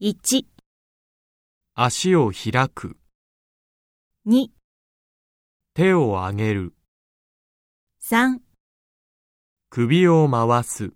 1、足を開く、 2、手を上げる、 3首を回す。